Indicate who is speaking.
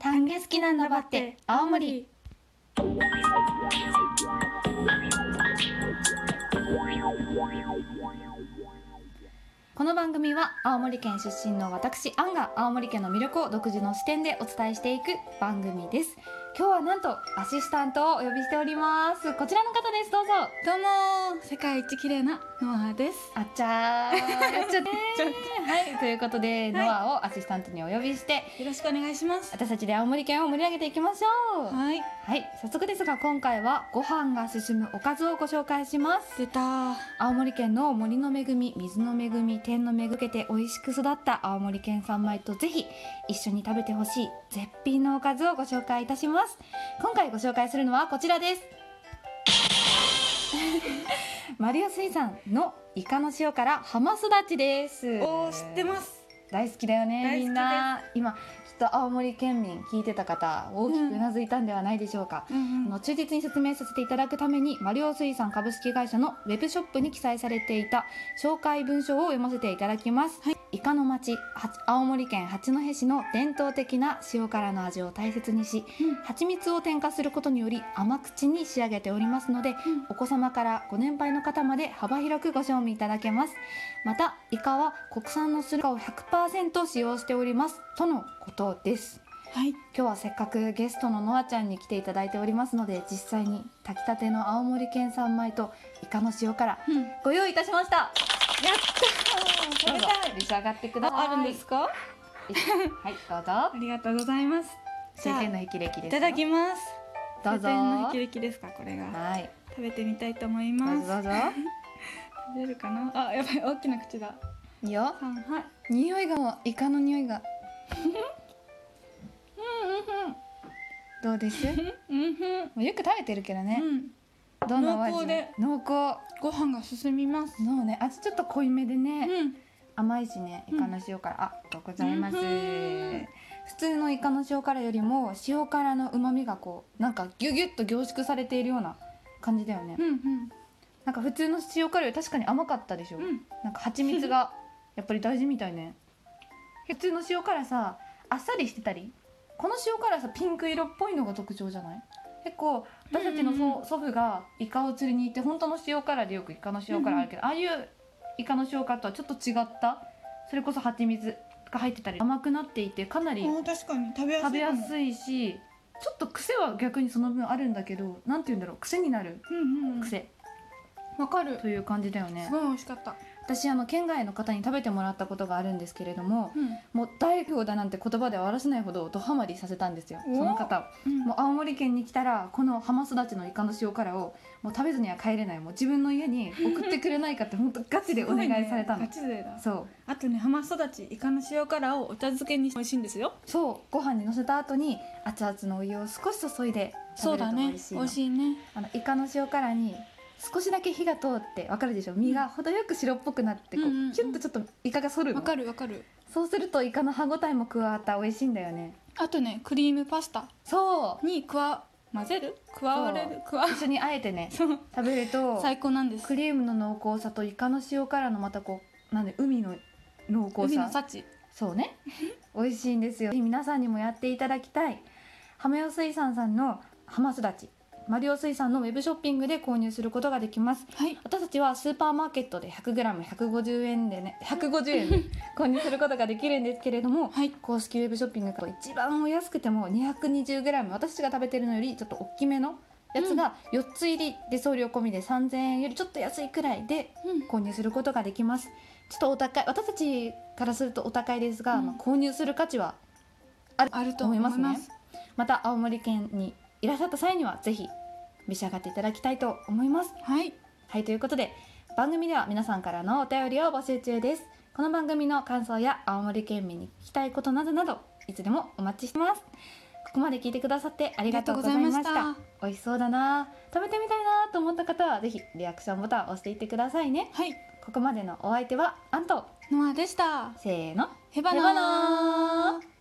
Speaker 1: 丹下好きなんだばって青森この番組は青森県出身の私アンが青森県の魅力を独自の視点でお伝えしていく番組です今日はなんとアシスタントをお呼びしておりますこちらの方ですどうぞ
Speaker 2: どうも世界一綺麗なノアです
Speaker 1: あっちゃーやっ ちゃって
Speaker 2: ちゃっ
Speaker 1: はいということで、ノアをアシスタントにお呼びして
Speaker 2: よろしくお願いします
Speaker 1: 私たちで青森県を盛り上げていきましょう
Speaker 2: はい
Speaker 1: はい早速ですが今回はご飯が進むおかずをご紹介します
Speaker 2: 出たは
Speaker 1: 青森県の森の恵み水の恵み天の恵み受けて美味しく育った青森県産米とぜひ一緒に食べてほしい絶品のおかずをご紹介いたします今回ご紹介するのはこちらです マリオ水産のイカの塩辛ハマスダチです
Speaker 2: おー知ってます
Speaker 1: 大好きだよね
Speaker 2: 大好き
Speaker 1: みんな今きっと青森県民聞いてた方大きくうなずいたんではないでしょうか、
Speaker 2: うん
Speaker 1: あの忠実に説明させていただくためにマリオ水産株式会社のウェブショップに記載されていた紹介文書を読ませていただきます、
Speaker 2: はい
Speaker 1: イカの町は青森県八戸市の伝統的な塩辛の味を大切にし蜂蜜を添加することにより甘口に仕上げておりますので
Speaker 2: うん
Speaker 1: お子様からご年配の方まで幅広くご賞味いただけますまたイカは国産のスルカを100%使用しておりますとのことです
Speaker 2: はい
Speaker 1: 今日はせっかくゲストのノアちゃんに来ていただいておりますので実際に炊きたての青森県産米とイカの塩辛
Speaker 2: うん
Speaker 1: ご用意いたしました
Speaker 2: やったー
Speaker 1: どうぞ召し上がってください
Speaker 2: ああるんですか
Speaker 1: はいど
Speaker 2: あ
Speaker 1: う ぞ
Speaker 2: りがとうございます
Speaker 1: 世間の霹靂ですよ
Speaker 2: いただきます
Speaker 1: どうぞ
Speaker 2: 世間の霹靂ですかこれが
Speaker 1: はい
Speaker 2: 食べてみたいと思い
Speaker 1: どう
Speaker 2: ま
Speaker 1: ぞ
Speaker 2: す
Speaker 1: どうぞ
Speaker 2: 食べるかなあやばい大きな口だ
Speaker 1: いいよ
Speaker 2: さんはい
Speaker 1: 匂いがもうイカの匂いがどうですも
Speaker 2: うんうんうん
Speaker 1: うよく食べてるけどね
Speaker 2: う、ん
Speaker 1: どんなお味
Speaker 2: 濃厚で
Speaker 1: 濃厚
Speaker 2: ご飯が進みます
Speaker 1: のね味ちょっと濃いめで
Speaker 2: う
Speaker 1: ね、
Speaker 2: ん
Speaker 1: 甘いしねイカの塩辛、あありがとうございます、
Speaker 2: うんうん
Speaker 1: 普通のイカの塩辛よりも塩辛の旨味がこうなんかギュギュッと凝縮されているような感じだよね、
Speaker 2: うんうん
Speaker 1: なんか普通の塩辛より確かに甘かったでしょ、
Speaker 2: うん
Speaker 1: なんか蜂蜜がやっぱり大事みたいね普通の塩辛さあっさりしてたりこの塩辛さピンク色っぽいのが特徴じゃない結構私たちの
Speaker 2: うんうん
Speaker 1: そ祖父がイカを釣りに行って本当の塩辛でよくイカの塩辛あるけど、ああいうイカの塩辛とはちょっと違ったそれこそ蜂蜜が入ってたり甘くなっていてかなり
Speaker 2: あー確かに食べやすい
Speaker 1: 食べや
Speaker 2: い
Speaker 1: すいしちょっと癖は逆にその分あるんだけどなんて言うんだろう癖になる
Speaker 2: うんうんうん
Speaker 1: 癖
Speaker 2: わかる
Speaker 1: という感じだよね
Speaker 2: すごい美味しかった
Speaker 1: 私あの県外の方に食べてもらったことがあるんですけれども
Speaker 2: うん
Speaker 1: もう大富豪だなんて言葉では表せないほどドハマりさせたんですよ
Speaker 2: お
Speaker 1: その方を
Speaker 2: うん
Speaker 1: もう青森県に来たらこの浜育ちのイカの塩辛をもう食べずには帰れないもう自分の家に送ってくれないかって本当ガチでお願いされたの、
Speaker 2: ガチ勢だ
Speaker 1: そう
Speaker 2: あとね浜育ちイカの塩辛をお茶漬けにして美味しいんですよ
Speaker 1: そうご飯にのせた後に熱々のお湯を少し注いで食べると美味しい
Speaker 2: 美
Speaker 1: の
Speaker 2: 味しいね
Speaker 1: あのイカの塩辛に少しだけ火が通ってわかるでしょ身が程よく白っぽくなってこう、
Speaker 2: うんうんうん
Speaker 1: キュッとちょっとイカが反る
Speaker 2: わ
Speaker 1: の
Speaker 2: かるわかる
Speaker 1: そうするとイカの歯ごたえも加わった美味しいんだよね
Speaker 2: あとねクリームパスタ
Speaker 1: そう
Speaker 2: に加わ混ぜる加われる加わ
Speaker 1: 一緒にあえてね
Speaker 2: そう
Speaker 1: 食べると
Speaker 2: 最高なんです
Speaker 1: クリームの濃厚さとイカの塩辛のまたこうなんで海の濃厚
Speaker 2: 海
Speaker 1: さ
Speaker 2: の幸
Speaker 1: そうね美味しいんですよぜひ皆さんにもやっていただきたい浜洋水産さんの浜すだちマリオ水産のウェブショッピングで購入することができます
Speaker 2: はい
Speaker 1: 私たちはスーパーマーケットで 100g150 円でね150円で 購入することができるんですけれども
Speaker 2: はい
Speaker 1: 公式ウェブショッピングが一番お安くても 220g 私たちが食べてるのよりちょっと大きめのやつが4つ入りで送料込みで3000円よりちょっと安いくらいで
Speaker 2: うん
Speaker 1: 購入することができますちょっとお高い私たちからするとお高いですが、
Speaker 2: うん
Speaker 1: まあ購入する価値は
Speaker 2: あると思います
Speaker 1: 思いま
Speaker 2: ね
Speaker 1: すまた青森県にいらっしゃった際にはぜひ召し上がっていただきたいと思います
Speaker 2: はい
Speaker 1: はいということで番組では皆さんからのお便りを募集中ですこの番組の感想や青森県民に聞きたいことなどなどいつでもお待ちしてますここまで聞いてくださってありがとうございました
Speaker 2: ありがとうございま
Speaker 1: 美味しそうだな食べてみたいなと思った方はぜひリアクションボタンを押していってくださいね
Speaker 2: はい
Speaker 1: ここまでのお相手はアンと
Speaker 2: ノアでした
Speaker 1: せーの
Speaker 2: ヘバナ
Speaker 1: ヘバナ
Speaker 2: ー